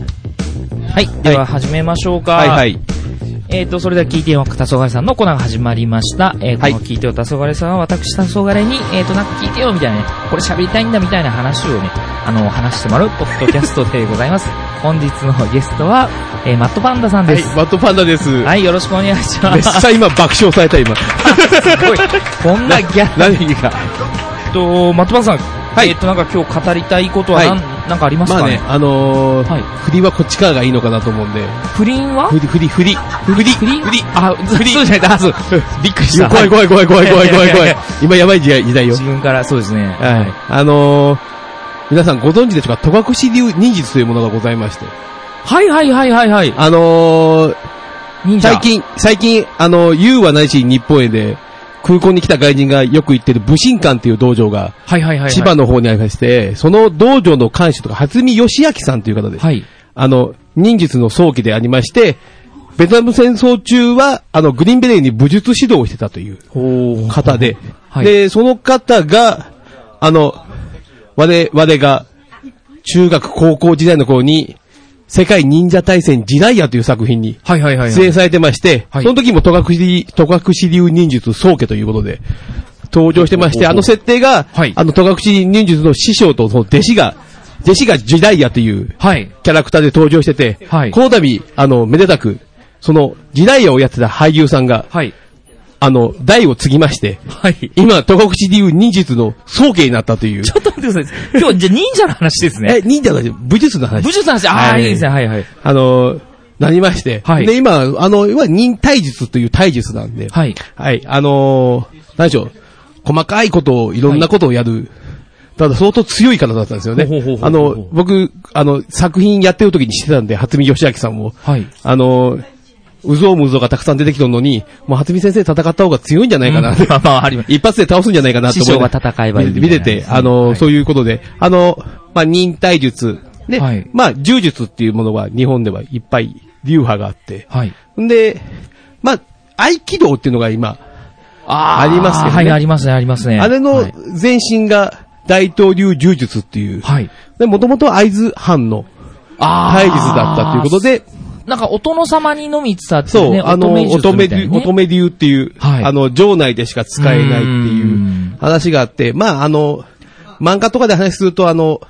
はい、では始めましょうか。はいはい。えーと、それでは聞いてよ、たそがれさんのコーナーが始まりました。えー、こはいの聞いてよ、たそがれさんは私、たそがれに、えーと、なんか聞いてよ、みたいなね、これ喋りたいんだ、みたいな話をね、あの、話してもらう、ポッドキャストでございます。本日のゲストは、えー、マットパンダさんはでいす。、バットパンダです。はい、よろしくお願いしめまっ す。ちゃ今爆笑された今。すごい。こんなギャッ 何が。と、マットパンダさん、いえーと、なんか今日語りたいことは、なん、なんかありますまかあねね、あのー、はい振りはこっちからがいいのかなと思うんで。不倫は振り、振り、振り。振り、振り、振り。あ、ずそうじゃない、あ、 そう。びっくりした。怖い怖い怖い怖い怖い怖い 怖い。今やばい時代時代よ自。分から、そうですね。はい。あのー、皆さんご存知でしょうか、戸隠流忍術というものがございまして。はいはいはいはいはい。あのー、忍者最。近、最近、あの、U はないし日本へで、空港に来た外人がよく行ってる武神館っていう道場が、はいはいはい、はい。千葉の方にありまして、その道場の監視とか、初見義明さんという方です。はい。あの、忍術の早期でありまして、ベトナム戦争中は、あの、グリーンベレーに武術指導をしてたというほ方で、はいで、その方が、あの、我、我が、中学高校時代の頃に、世界忍者大戦ジライアという作品にはいはいはい、は出演い。されてまして、はいその時も戸隠、戸隠流忍術宗家ということで、登場してまして、あの設定が、はいあの戸隠忍術の師匠とその弟子が、弟子がジダイヤというはい。キャラクターで登場してて、はいこの度、あの、めでたく、その、ジダイヤをやってた俳優さんが、はい。あの、代を継ぎまして、はい。 ち今、戸隠流忍術の宗家になったといょう。っと待ってください。今日、じゃあ忍者の話ですね。え、忍者の話、武術の話武。術の話、ああ、はいい、いですね。はいはい。あの、なりまして。はいで、今、あの、いわゆる忍耐術という体術なんで、はい。はい、あのー、何でしょう、細かいことを、いろんなことをやる。ただ相当強い方だったんですよねほうほうほう。ほうあの、僕、あの、作品やってる時にしてたんで、初見義明さんも。はい。あのー、うぞうむぞうがたくさん出てきたのに、もう初見先生戦った方が強いんじゃないかな、 まあまあ、あります。一発で倒すんじゃないかなと思っ師て匠が戦えばいいみたいな見てて、あの、はいそういうことで、あの、まあ、忍耐術、ね、はいまあ、柔術っていうものは日本ではいっぱい流派があって、はい。んで、まあ、合気道っていうのが今、あありますけどねはい、ありますね、ありますね。あれのはい。前身が大東流柔術っていう、はい、で、もともと会津藩のあ体術だったということで。で、なんか、お殿様にのみつたってそう、ね、あの、乙乙女女術みたい流、なね乙女流っていう、はいあの、城内でしか使えなういっていんう話があって、まあ、あの、漫画とかで話すると、あの、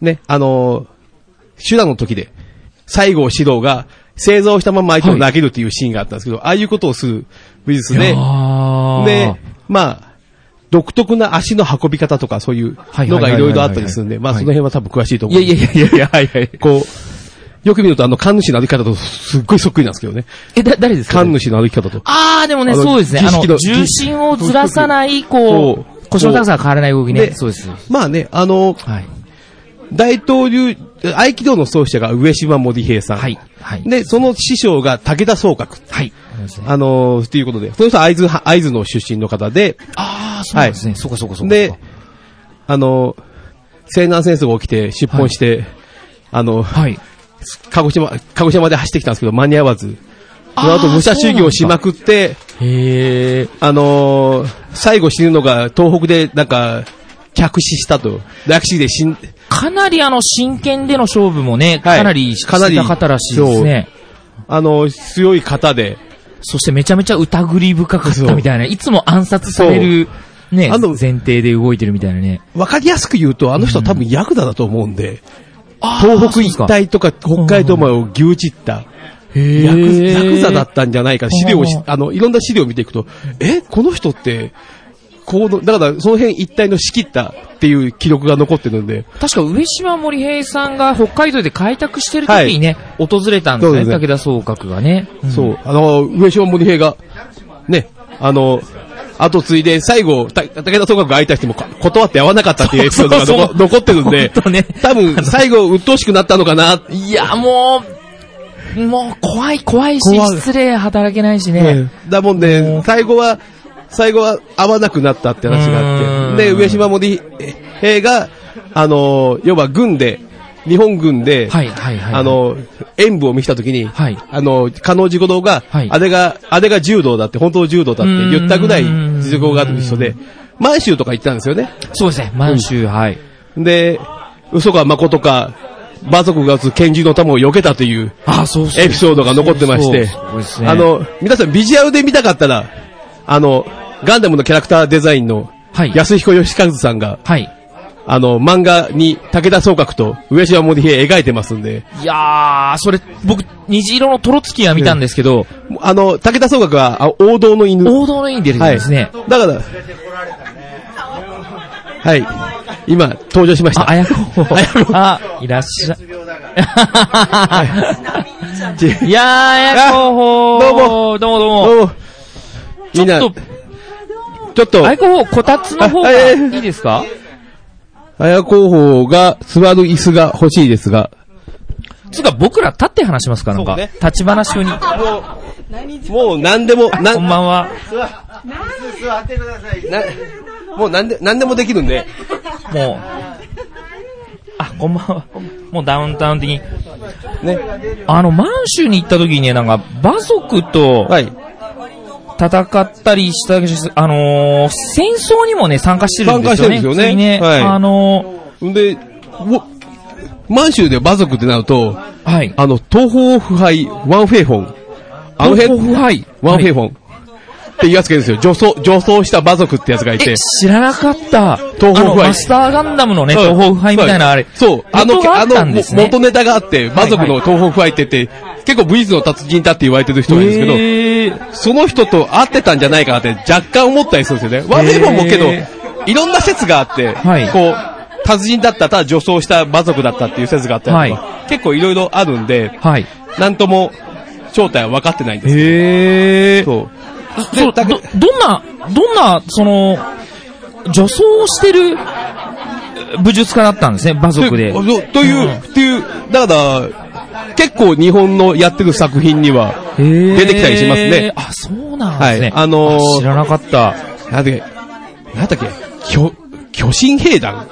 ね、あの、修羅の時で、西郷指導が製造したまま相手を投げるっていうシーンがあったんですけど、ああいうことをする美術で、あーで、まあ、独特な足の運び方とかそういうはいのがいろいろあったりするんで、はいまはいあはそいの辺は多分詳しいとい思うやんでいやいやいや、はいはい。こう、よく見るとあの、神主の歩き方とすっごいそっくりなんですけどね。え、だ、誰ですか神主の歩き方と。ああ、でもね、あのそうですね。あ儀式の、の重心をずらさない、ここうう、腰の高さが変わらない動きね。でそうです。まあね、あの、はい。大東流、合気道の創始者が上島森平さん。はい。はい。で、その師匠が武田総閣。はい。あのー、っていうことで、その人は会津は、会津の出身の方で、ああ、そうなんですね。そうかそうかそうか。で、あのー、西南戦争が起きて、出奔して、あの、はい。鹿児島、鹿児島まで走ってきたんですけど、間に合わず、そのあ後ー武者修行をしまくって、へえ。あのー、最後死ぬのが東北で、なんか、客死したと。落死で死ん、かなりあの、真剣での勝負もね、はいかなりかなしりた方らしいですね。あのー、強い方で、そしてめちゃめちゃ疑り深かったみたいな。いつも暗殺される、ね、あの前提で動いてるみたいなね。わかりやすく言うと、あの人は多分ヤクザだと思うんで、あー東北一そうですか帯とか北海道までを牛耳った、へヤクえ。ヤクザだったんじゃないか、資料をしほうほうあの、いろんな資料を見ていくと、え、この人って、行動、だからその辺一帯の仕切ったっていう記録が残ってるんで、確か上島森平さんが北海道で開拓してる時にね、訪れたんですそうね、ですね武田総閣がね。うんそう、あの、上島森平が、ね、あの、後継いで、最後、た武田総閣が会いた人もこ断って会わなかったっていうエピソードがそうそうそ残う残ってるんで本当ね、多分、最後、鬱陶しくなったのかな、いや、もう、もう怖い怖いし、怖い失礼働けないしね。 だもんもねう、最後は、最後は会わなくなったって話があうーんって。で、上島森平が、あの、要は軍で、日本軍で、はいはいはい。あ、の、演舞を見せたときに、はいあの、加納治五郎が、はいあれが、あれが柔道だって、本当の柔道だって言ったぐらい、うーん実力がある人で、満州とか行ったんですよね。そうですね、満州、はい。で、嘘か誠か、馬族が撃つ拳銃の弾を避けたというあ、そうそう。エピソードが残ってましてそうそうすごいですねあ、の、皆さんビジュアルで見たかったら、あの、ガンダムのキャラクターデザインのはい。安彦義和さんが、はい。あの、漫画に武田総角と上島森平描いてますんで、いやー、それ、僕、虹色のトロツキは見たんですけど、あの、武田総角はあ王道の犬。王道のいいに出てくるんですね。だから、はい。今、登場しましあ、あた。や こ。あやこあ、いらっしゃい。ちいやー、あやこほー。あどうも。どうもどうも。おうみんちな、ちょっょと、っとあ、やこほー、こたつの方あがえいーいですかあや候補が座る椅子が欲しいですが、つうか、僕ら立って話しますかなんそかうね。立ち話中に。もう何でも、なこんばんは。座ってください。なもう何で、何でもできるんで。もう。あ、こんばんは。もうダウンタウン的に。ね。あの、満州に行った時にね、なんか、馬族とはい。戦ったりしたし、あのー、戦争にもね、参加してるんですよね。参加してるんですよね普通にね。はいあのんで、もう満州で馬族ってなると、ー、はい。あの、東方腐敗、ワンフェイフォン。あの辺、東方腐敗ワンフェイフォン。っていうやつがいるんですよ。女装、女装した馬族ってやつがいてえ、。知らなかった。東方あ腐敗の、マスターガンダムのね、東方腐敗みたいなあれ。そう、あの、元がああったの、んもですね。元ネタがあって、馬族の東方腐敗って言って、結構武術の達人だって言われてる人がいるんですけど、へーその人と会ってたんじゃないかなって若干思ったりするんですよね。ワンフェイフォンもけへど、いろんな説があって、はいこう、達人だった、ただ女装した馬族だったっていう説があったりとか、結構いろいろあるんで、はい。なんとも正体は分かってないんですけへえ。ど、そう。そう、ど、だけどんな、どんな、その、女装をしてる武術家だったんですね、馬族で。という、という、うんっていうだから、結構日本のやってる作品には、出出てきたりしますねあ、そうなんですね。はいあのーあ知らなかった。なんだっけ、なんだっけ、巨、巨神兵団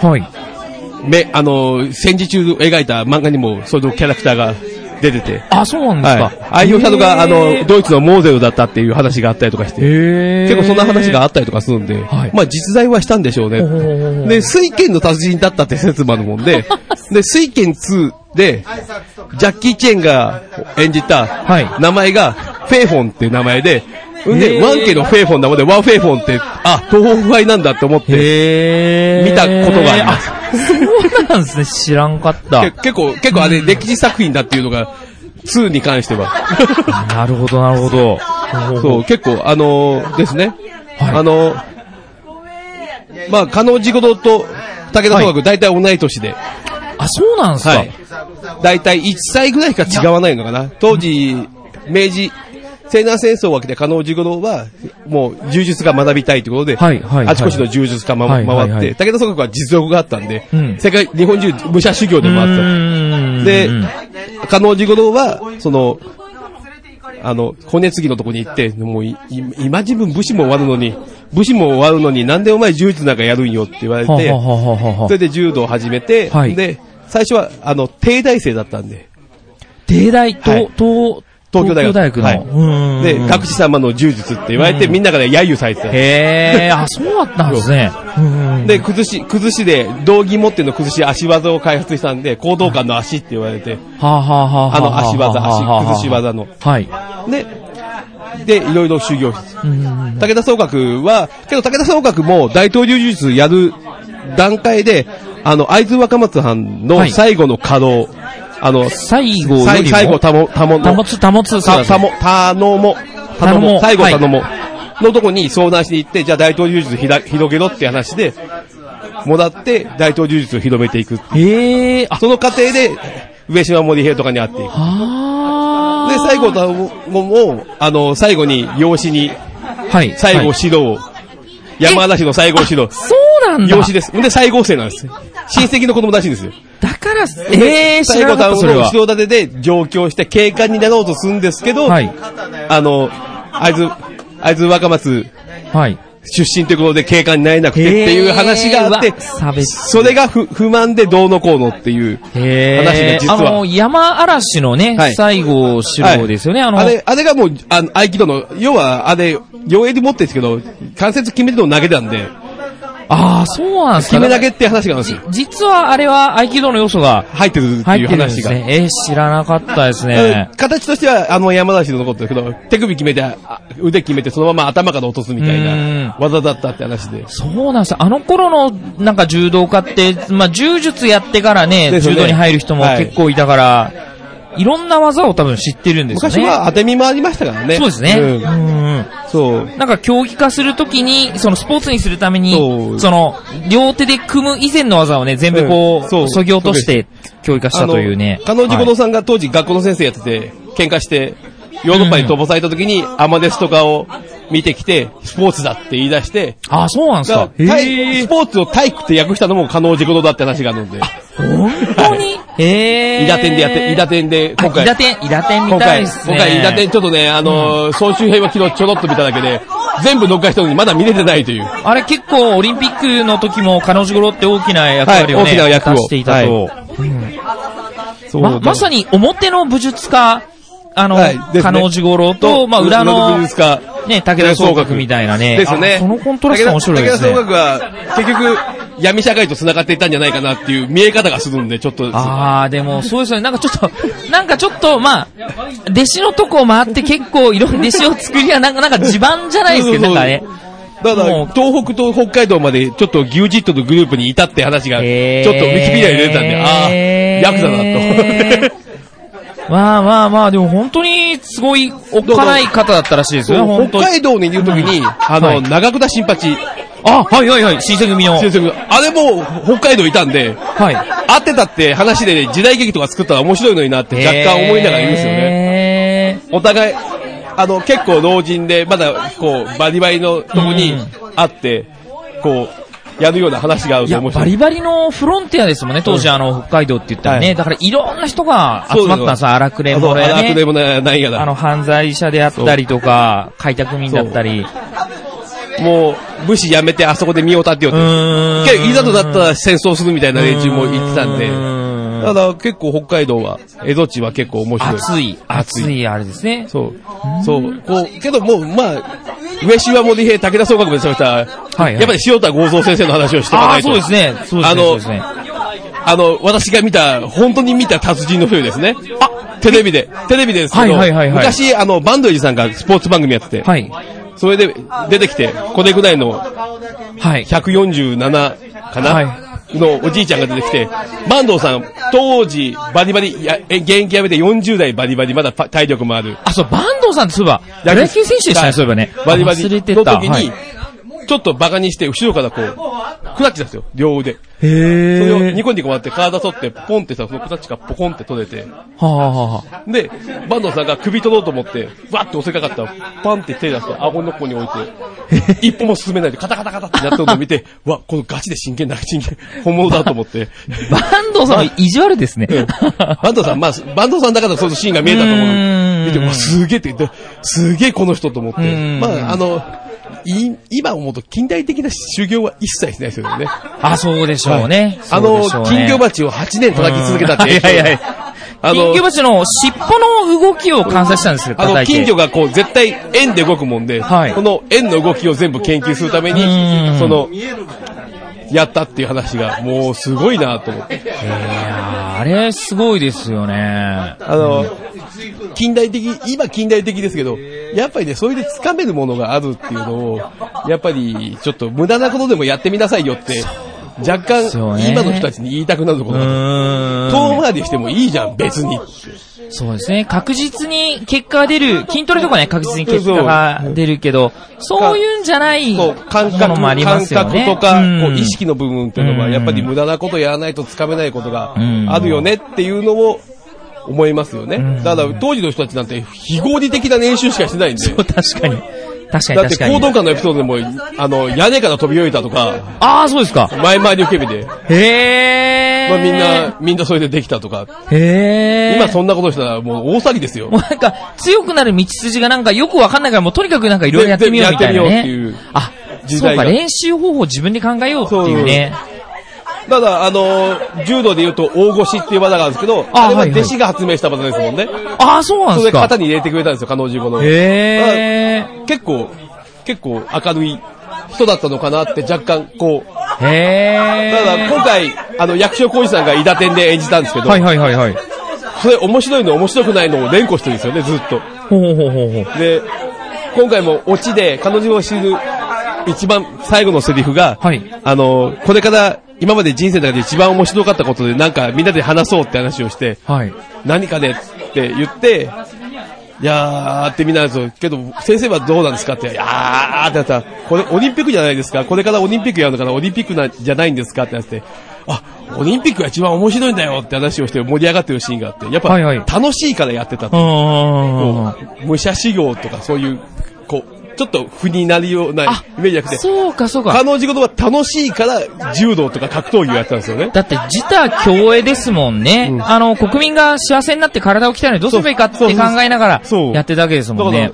はい。め、あの、戦時中描いた漫画にも、そのキャラクターが出てて。あ、そうなんですか。はい。愛用したのが、あの、うドイツのモーゼルだったっていう話があったりとかして。へ結構そんな話があっったりとかするんで、はいまあ実在はしたんでしょうほうほうほうほうね。で、水剣の達人だったって説もあるも んで、で、水剣2で、ジャッキー・チェンが演じたはい、名前が、フェイフォンっていう名前で、んへで、ーワンケのフェイフォンなので、ワンフェイフォンって、あ、東方不敗なんだって思って、へー見たことがありますあそうなんですね、知らんかったけ。結構、結構あれ、歴史作品だっていうのが、2に関しては。 なるほど、なるほど。そう、結構、あのーですね。はいあのーまあ、加納治五郎と武田総学、大体同い年で、あ、そうなんですか。はい。大体1歳ぐらいしか違わないのかな。当時、明治、西南戦争を分けて加納治五郎は、もう、柔術が学びたいということで、はいはいはいあちこちの柔術家、まはいはいはい回って、武田総学は実力があったんで、うん世界、日本中、武者修行でうもあった。ーんでうん、加納治五郎は、その、あの、骨継ぎのとこに行って、もうい、い今自分武士も終わるのに、武士も終わるのに、なんでお前柔術なんかやるんよって言われはあて、はあはあはあはあそれで柔道を始めて、はいで、最初は、あの、帝大生だったんで、帝大、東、はい東、東京大学。の。はい、で、各地。地様の柔術って言われて、うんみんなから揶揄されてた。へー、あ、そうだったんですね。うんで、崩し、崩しで、道着持っての崩し足技を開発したんで、行動感の足って言われて、はあ、はあはあはあ、あの足技、はあはあはあ足崩し。技の。はい。で、で、いろいろ修行しうん武田総学は、けど武田総学も大統領呪術やる段階で、あの、会津若松藩はのい最後の稼働、あの、最後よ最りも最後たも、たもの、保つ、保つ、た、たも。も、たのも、たの頼もも、最後はいたのも、のとこに相談しに行って、じゃあ大統領呪術ひら広げろって話で、もらって大統領呪術を広めていく。へー、あ、その過程で、上島森平とかに会っていく。はで、最後だも、もう、あの、最後に、養子に、はい。最後はい指導を、山梨の最後指導、そうなんだ。養子です。んで、最後生なんです。親戚の子供らしいんですよ。だから、えー、知最らな後かさっんた、それのは指。導立てで上京して警官になろうとするんですけど、はい。あの、会津、会津若松はい。出身ということで警官になれなくてっていう話があっへてーうわ、差別それが不不満でどうのこうのっていうへー。話が実あの、は。山嵐のね、はい最後、指はい導ですよね、あの、れ、あれがもう、あの、合気道の、要は、あれ、両襟持ってるんですけど、関節決めてるのを投げたんで、ああ、そうなんですか。決め投げって話があるんですよ。実はあれは合気道の要素が入ってるって入いっうてるんで話すが。ね。えー、知らなかったですね。形としては、あの、山田氏の残ってるけど、手首決めて、あ腕決めて、そのまま頭から落とすみたいな技だったって話で。そうなんですよあの頃の、なんか柔道家って、まあ、柔術やってからね、ですよ柔ね道に入る人もはい結構いたから、い、ろんな技を多分知ってるんですよね。昔は当て身もありましたからね。そうですね。うんんうんそう。なんか競技化するときに、そのスポーツにするためそに、うその、両手で組む以前の技をね、全部こうんう、そうそぎ落として、競技化したというね。あの、彼女子はのさんが当時学校の先生やってて、喧嘩して、ヨーロッパに飛ばされた時に、アマデスとかを見てきて、スポーツだって言い出して、いあ、そうなんですだかか。ら体へスえ。ポーツを体育って訳したのも可能事故だって話があるので、本当にへえ。伊田店でやって、伊田店で、今あ回伊。田店、伊田店み今たい回、ですね。今回、伊達ちょっとね、あのー総集編は昨日ちょろっと見ただけで、全部乗っかしたのにまだ見れてないという。あれ結構オリンピックの時も彼女頃って大きな役割をね、はい大きな役果をたしていたと。そま、まさに表の武術家、あの、はいですね彼女頃と、まあ裏の、武術家ね、武田総学みたいなね。ですよねあ。そのコントラスト面白いです武田ね武。田総学は、結局、闇社会と繋がっていたんじゃないかなっていう見え方がするんで、ちょっと。あー、でも、そうですよね。なんかちょっと、 なんかちょっと、まあ、弟子のとこを回って結構いろんな弟子を作りは、なんか、なんか地盤じゃないですけど、なんかね。だかもらう、東北と北海道まで、ちょっと牛耳っとのグループにいたって話が、ちょっとへーウィキペディアに出てたんで、ああ、ヤクザだと。まあまあまあ、でも本当にすごいおっかない方だったらしいですよね、本当北に。海道にいるときに、あはの、い長倉新八、あ、はいはいはい、新選組の。先生があれも北海道いたんで、はい。会ってたって話でね、時代劇とか作ったら面白いのになって若干思いながら言うんですよね。ね。お互い、あの、結構老人で、まだ、こう、バリバリのとこにうん会って、こう、やるような話があるいとや、面バ白い。リバリのフロンティアですもんね、当時あの、北海道って言ったらね。はいだからいろんな人が集まったんですよ、荒くれ者やあの荒くれね。もなないやあら。の、犯罪者であったりとか、開拓民だったり。もう、武士やめてあそこで身を立てよううと。ーん。けどいざとなったら戦争するみたいな連中も言ってたんで。うーんただ結構北海道は、江戸地は結構面白い。熱い、熱いあれですね。そう。そう。こう、けどもう、まあ、上島森平、武田総学部で喋ったら、はいはいやっぱり塩田剛造先生の話をしておかあなあ、いと。そうです。ね。そうですね。あのそうですねあの、私が見た、本当に見た達人の人ですね。あテレビで、テレビでですけど、はいはいはいはい昔、あの、バンドエイジさんがスポーツ番組やってて、はい。それで出てきて、これぐらいのはい。 147かな、はいのおじいちゃんが出てきて、坂東さん、当時、バリバリ、やえ現役やめて40代バリバリ、まだパ体力もある。あ、そう、坂東さんってそういえば、野野球球選手でしたね、そういえばね。バリバリ忘のれ時てに、た。はいちょっとバカにして、後ろからこう、クラッチなんですよ、両腕。へそれをぇニコニコ回って、体反って、ポンってさ、そのクラッチがポコンって取れて、はあ、はあはあ、で、バンドさんが首取ろうと思って、わっと押せかかったら、パンって手出して、顎の子に置いて、一歩も進めないで、カタカタカタってなってるのを見て、わ、このガチで真剣だ、真剣、本物だと思って。坂東さんは意地悪ですね。バンドさん、まあ、バンドさんだからそのシーンが見えたと思ううーんの。見て、うわすげえって言って、すげえこの人と思っーて。んまあ、あの、い今思うと近代的な修行は一切しないですよね。 あ、そうでしょうね。あの、金魚鉢鉢を8年叩き続けたって。い やいやいや。あ金の魚、鉢の尻尾の動きを観察したんですよ、あの、叩いて。金魚がこう、絶対円で動くもんで、はいこの円の動きを全部研究するためにうーん、その、やったっていう話が、もうすごいなと思って。いやーあれ、すごいですよね。あの、近代的、今近代的ですけど、やっぱりね、それで掴めるものがあるっていうのを、やっぱり、ちょっと無駄なことでもやってみなさいよって、若干すよ、ね今の人たちに言いたくなるとこうろがある。ーん。遠回りしてもいいじゃん、別に。そうですね。確実に結果が出る、筋トレとかね、確実に結果が出るけど、そういうんじゃないこう、感覚、ものもありま感すよね。覚とか、うんこう、意識の部分っていうのうは、んやっぱり無駄なことやらないと掴めないことがうんあるよねっていうのを、思いますよね。んだから、当時の人たちなんて、非合理的な練習しかしてないん で。確かに。確かにだっ確て、かに。行動感のエピソードでも、あの、屋根から飛び降りたとか、ああ、そうですか。前回り受け身で、へえ。まあみんな、、みんなそれでできたとか、へえ。今そんなことしたらもう大詐欺ですよも。うなんか、強くなる道筋がなんかよくわかんないから、もうとにかくなんかいろいろやってみようみたいなやね。ってみようっていうあ、時そう代か、が練習方法自分で考えようっていうね。ただ、あの、柔道で言うと大腰っていう技があるんですけど、ああれははいはい弟子が発明した技ですもんね。ああ、そうなんそでれですか肩。に入れてくれたんですよ、彼女子の。へえ。結構、結構明るい人だったのかなって若干こう、へただ今回、あの役所広司さんが伊田天で演じたんですけど、はいはいはいはい。それ面白いの面白くないのを連呼してるんですよね、ずっと。ほうほうほうほう。で、今回もオチで彼女を知る一番最後のセリフが、はいあの、これから今まで人生の中で一番面白かったことでなんかみんなで話そうって話をして、はい。何かねって言って、いやーってみんなですよ。けど、先生はどうなんですかって、いやーってなったら、これオリンピックじゃないですかこれからオリンピックやるのかなオリンピックなじゃないんですかってなって、あ、オリンピックが一番面白いんだよって話をして盛り上がってるシーンがあって、やっぱはいはい楽しいからやってたと。あこう武者修行とかそういう、こう、ちょっと不になりようなイメージじゃなくて、そうかそうか彼。女事は楽しいから柔道とか格闘技をやってたんですよね。だって自他共栄ですもんね。あの、国民が幸せになって体を鍛えるのにどうすればいいかって考えながらそうやってたわけですだもかんら、ね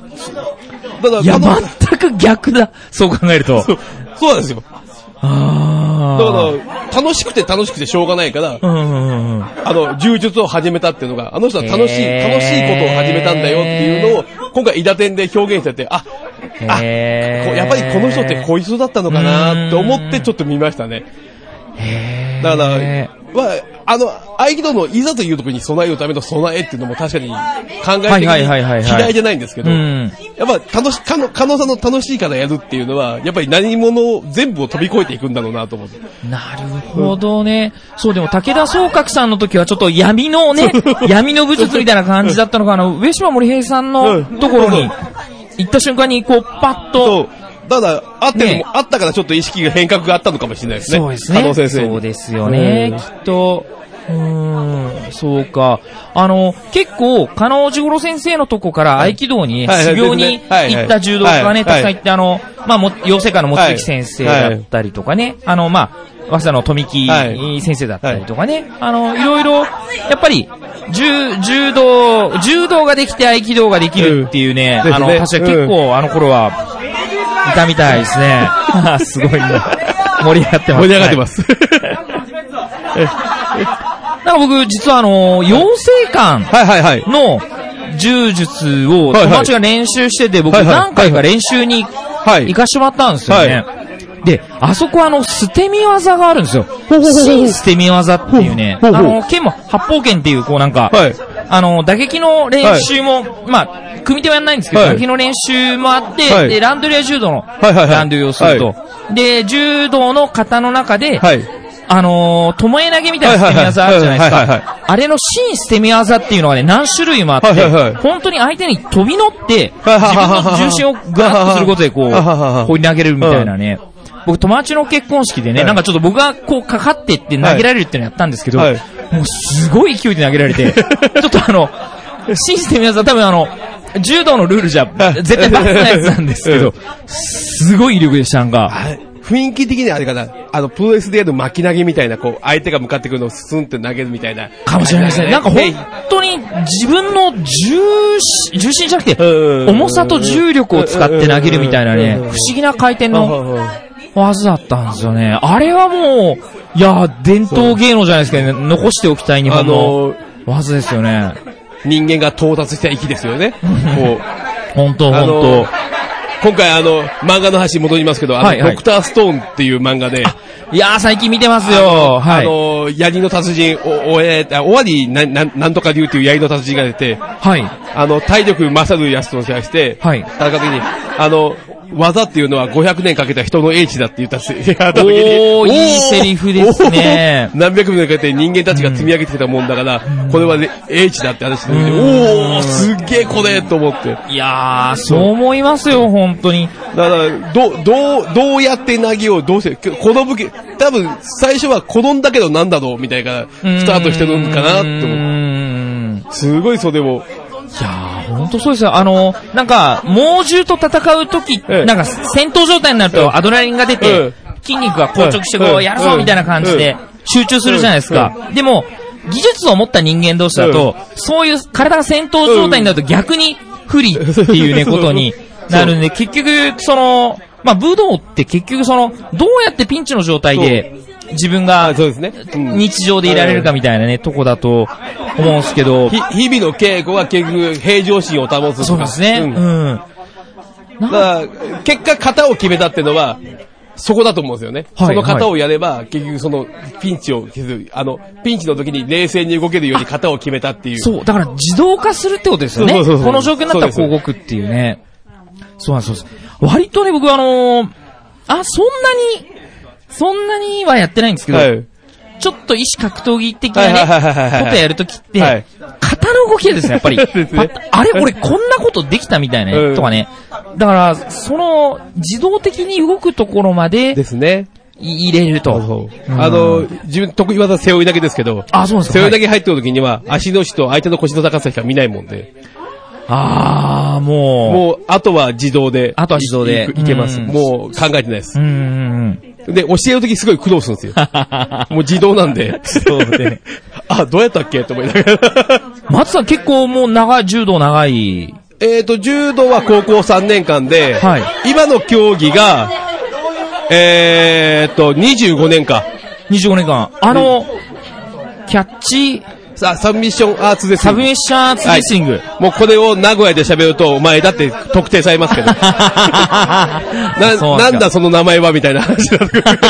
だ。からいや、彼女全く逆だ。そう考えると。そうそうなんですよ。だあから、楽しくて楽しくてしょうがないからあ。、うんうんうん。あの、柔術を始めたっていうのが、あの人は楽しい、へー楽しいことを始めたんだよっていうのを、今回、伊田店で表現してて、あ、あ、こうへーやっぱりこの人ってこういう人だったのかなと思ってちょっと見ましたね。へーだから、まあ、あの、合気道のいざというところに備えるための備えっていうのも確かに考えはていはいはいはいはい嫌いじゃないんですけど、うやんっぱ楽し、かの、かのさんの楽しいからやるっていうのは、やっぱり何者を全部を飛び越えていくんだろうなと思って。なるほどね。そう、でも武田総閣さんの時はちょっと闇のね、闇の武術みたいな感じだったのが、あの、上島森平さんうのんところに行った瞬間に、こう、パッそと、う。ただ、あってねも、あったからちょっと意識が変革があったのかもしれないですね。そうですね。加藤先生に。そうですよね、きっと。うーん、そうか。あの、結構、加納治五郎先生のとこから合気道に、はい修行にはいはい行った柔道家がね、はたいくさん行って、あの、まあ、も、養成科の持月先生だったりとかね、あの、まあ、早稲田の富木はい先生だったりとかね、あの、いろいろ、やっぱり、柔、柔道、柔道ができて合気道ができるっていうね、うんあの、ですね確か結構、あの頃は、いたみたいです ね。すごいね。盛り上がってます。盛り上がってます。はい。なんか僕、実はあの、養成館はいはいはい。の柔術をはいはい友達が練習してて、僕はいはい何回か練習にい行かしてもらったんですよね。で、あそこあの、捨て身技があるんですよ。新捨て身技っていうね。ほあうほうの、剣も、八方剣っていう、こうなんかはい、あの、打撃の練習も、まあ、組手はやんないんですけど、はい打撃の練習もあっはて、いで、ランドリア柔道のいはいはいランドリアをすると。で、柔道の型の中で、はい。あのー、ともえ投げみたいな捨て身技あるじゃないですはいはいはいはいか。あれの新捨て身技っていうのがね、何種類もあって、はいはいはい本当に相手に飛び乗って、自はいはいはい分の重心をグラッとすることでこ、はいはいはいはいう放り投げれるみたいなね。僕、友達の結婚式でね、はいなんかちょっと僕がこうかかってって投げられるっていうのやったんですけど、はいもうすごい勢いで投げられ て、ちょっとあの、新捨て身技多分あの、柔道のルールじゃはい絶対バカなやつなんですけうどん、すごい威力でしたんが。あ雰囲気的にはあれかな、あの、プロレスでやる巻き投げみたいな、こう、相手が向かってくるのをスンって投げるみたいな。かもしれないですね。なんか本当に自分の重し、重心じゃなくて、うん重さと重力を使って投げるみたいなね、不うん思議な回転のうん技だったんですよね。あれはもう、いやー、伝統芸能じゃないですけどね、残しておきたい日あ本ののー、技ですよね。人間が到達した息ですよね。こう。本当あの本今回あの、漫画の話戻りますけど、あの、はいはいドクターストーンっていう漫画で、当。いやー、最近見てますよ。はあい。の、槍の達人、お、おえ、あ、終わり、な、ななんとか流っていう槍の達人が出て、はい。あの、体力勝るやつと対して、はい戦った時に、あの、技っていうのは500年かけた人の英知だって言っ たせ、やった時に。おーいいセリフですねおー何百年かけて人間たちが積み上げてきたもんだから、これはね英知だって話で、んおーすっげえこれと思って。いやー、そう思いますよ、本当に。だから、どう、どう、どうやって投げをどうして、け転ぶけ、多分、最初は転んだけどなんだろうみたいな、スタートしてるんかなってう思う。ーんすごいそれも、いやー、ほんとそうですよ。あの、なんか、猛獣と戦うとき、ええなんか、戦闘状態になるええとアドレナリンが出てえ、筋肉が硬直してこええう、やるぞみたいな感じでえ、集中するじゃないですか。でも、技術を持った人間同士だと、そういう体が戦闘状態になると逆に不利っていうね、 そうことになるんで、結局、その、まあ、武道って結局その、どうやってピンチの状態で、自分があそうですね。うん日常でいられるかみたいなね、とこだと思うんですけど、ひ日々の稽古は結局平常心を保つとか。そうですね。ううんん。だから、結果型を決めたってのは、そこだと思うんですよね。はいその型をやれば、結局その、ピンチを削る、あの、ピンチの時に冷静に動けるように型を決めたっていう。そう、だから自動化するってことですよね。そうそうそうそうこの状況になったらこう動くっていうね。そうなんです、そうなんです。割とね、僕はあのーあ、そんなに、そんなにはやってないんですけど、はい。ちょっと意志格闘技的なね、はいはいはいはいはいことやるときって、はい型の動きですね、やっぱり。そう ですねパッあれ、俺こんなことできたみたいなね、うんとかね。だから、その、自動的に動くところまでですね。い入れると。うんあの、、自分得意技背負いだけですけど、あ、そうなんです背か。負いだけ入ってる時には、足のと相手の腰の高さしか見ないもんで、ああ、もう、あとは自動で、あとは自動でいいいけます。うんもう考えてないですう。んうんうん。 で、教える時すごい苦労するんですよ。もう自動なん で。そうね。あ、どうやったっけと思いながら。松さん結構もう長い、柔道長い。えっと、柔道は高校3年間で、はい今の競技が、えっと、25年か。 25年間。あの、キャッチ、さあ、サブミッションアーツです。サブミッションアーツレスリング。はいもうこれを名古屋で喋ると、お前だって特定されます けど。な、そうなすかんだその名前はみたい な話になってくるそうか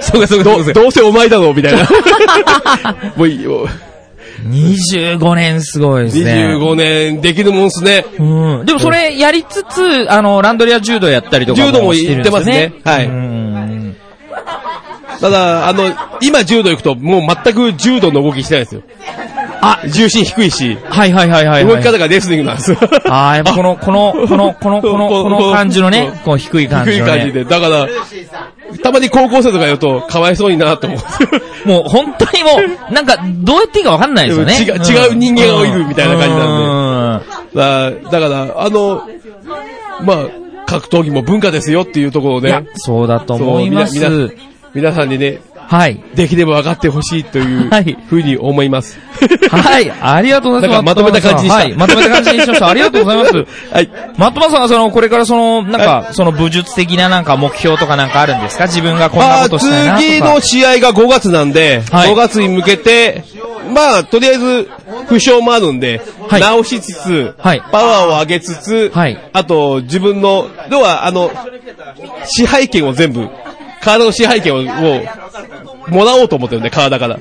そうかそうどか。どうせお前だろうみたいな。 もういいよ。 25年すごいですね。 25年できるもんっすね。うん。でもそれやりつつ、あの、ランドリア柔道やったりとか柔道もしてるんですよ行ってますねはいうん。ただ、あの、今柔道行くと、もう全く柔道の動きしてないんですよ。あ、重心低いし、はいはいはいはい、はい。動き方がレスリングなんですよ。ああ、やっぱこの、この、この、この、この、この感じの ね、こう低い感低じいの、ね。感じで。だから、たまに高校生とかやると、かわいそうになと思うんですよ。 もう本当にもう、なんか、どうやっていいかわかんないですよね。でも違う違う人間がいるみたいな感じなんで。だだから、あの、まあ、格闘技も文化ですよっていうところをいやね、、そうだとそう思いまみなみすな。皆さんにね、はい。できれば分かってほしいというはいふうに思 います。はい、ありがとうございます。なんかまとめた感じにしたはい、まとめた感じにしました。ありがとうございます。はい。マットマンさんはその、これからその、なんか、その武術的ななんか目標とかなんかあるんですか自分がこんなことしたいなあと次かの。試合が5月なんで、はい5月に向けて、まあ、とりあえず、負傷もあるんで、はい直しつつ、はいパワーを上げつつ、はいあと、自分の、要は、あの、支配権を全部、体の支配権を、もうもらおうと思ってるんで、体から。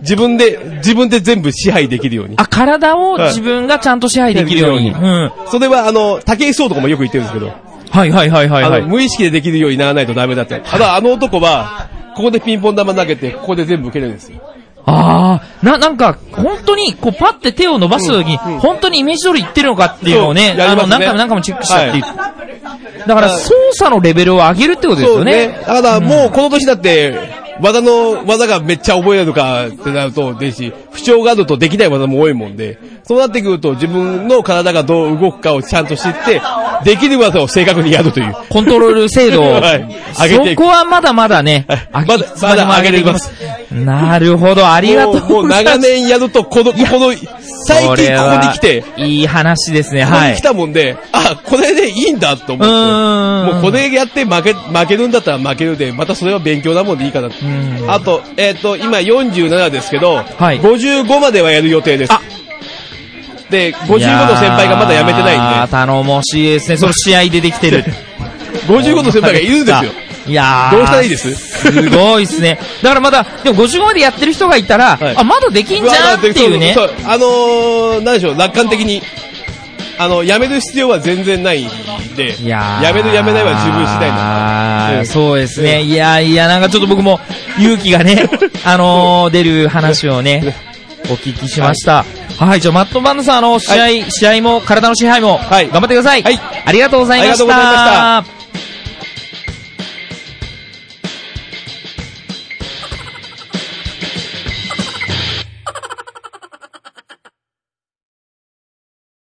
自分で、自分で全部支配できるように。あ、体を自分がちゃんと支配できるように。でうきん。るそれは、あの、武井壮とかもよく言ってるんですけど、はいはいはいはいはあの、い。無意識でできるようにならないとダメだって。ただ、あの男は、ここでピンポン玉投げて、ここで全部受けるんですよ。ああ、な、なんか、本当に、こう、パって手を伸ばすときに、本当にイメージ通りいってるのかっていうのをね、そうやありまの、何すね回も何回もチェックしたっていう。だから、操作のレベルを上げるってことですそうよね。ね。だからもうこの年だって、技の、技がめっちゃ覚えられるかってなると、ですし、不調があるとできない技も多いもんで、そうなってくると自分の体がどう動くかをちゃんと知って、できる技を正確にやるという。コントロール精度を。 はい上げていくそこはまだまだね、は上いげまだいつでも上げていきます。なるほど、ありがとうもうもうございま長す。年やると、この、この、最近こそこれはに来て、こいい話ですね、こはにい来。たもんで、あ、これでいいんだと思うって。ーん。もうこれやって負け、負けるんだったら負けるで、またそれは勉強なもんでいいかな。んあと、えっ、と、今47ですけど、い55まではやる予定ですあ。で、55の先輩がまだやめてないあんで、頼もしいですね、その試合でできて る。 55の先輩がいるんですよ。。いやーどうしたらいいですすごいですね。だからまだ、でも55までやってる人がいたら、はいあ、まだできんじゃんっていうねそ。うあのー、なんでしょう、楽観的に。あの、やめる必要は全然ないんで、いやーやめるやめないは自分次第なんあでー そうですね。いやいや、なんかちょっと僕 も勇気がね、あのー、出る話をね、お聞きしました。はい、じゃあ、マットバンドさん、あの、試合、試合も、体の支配も、はい頑張ってください。はいありがとうございました。ありがとうございました。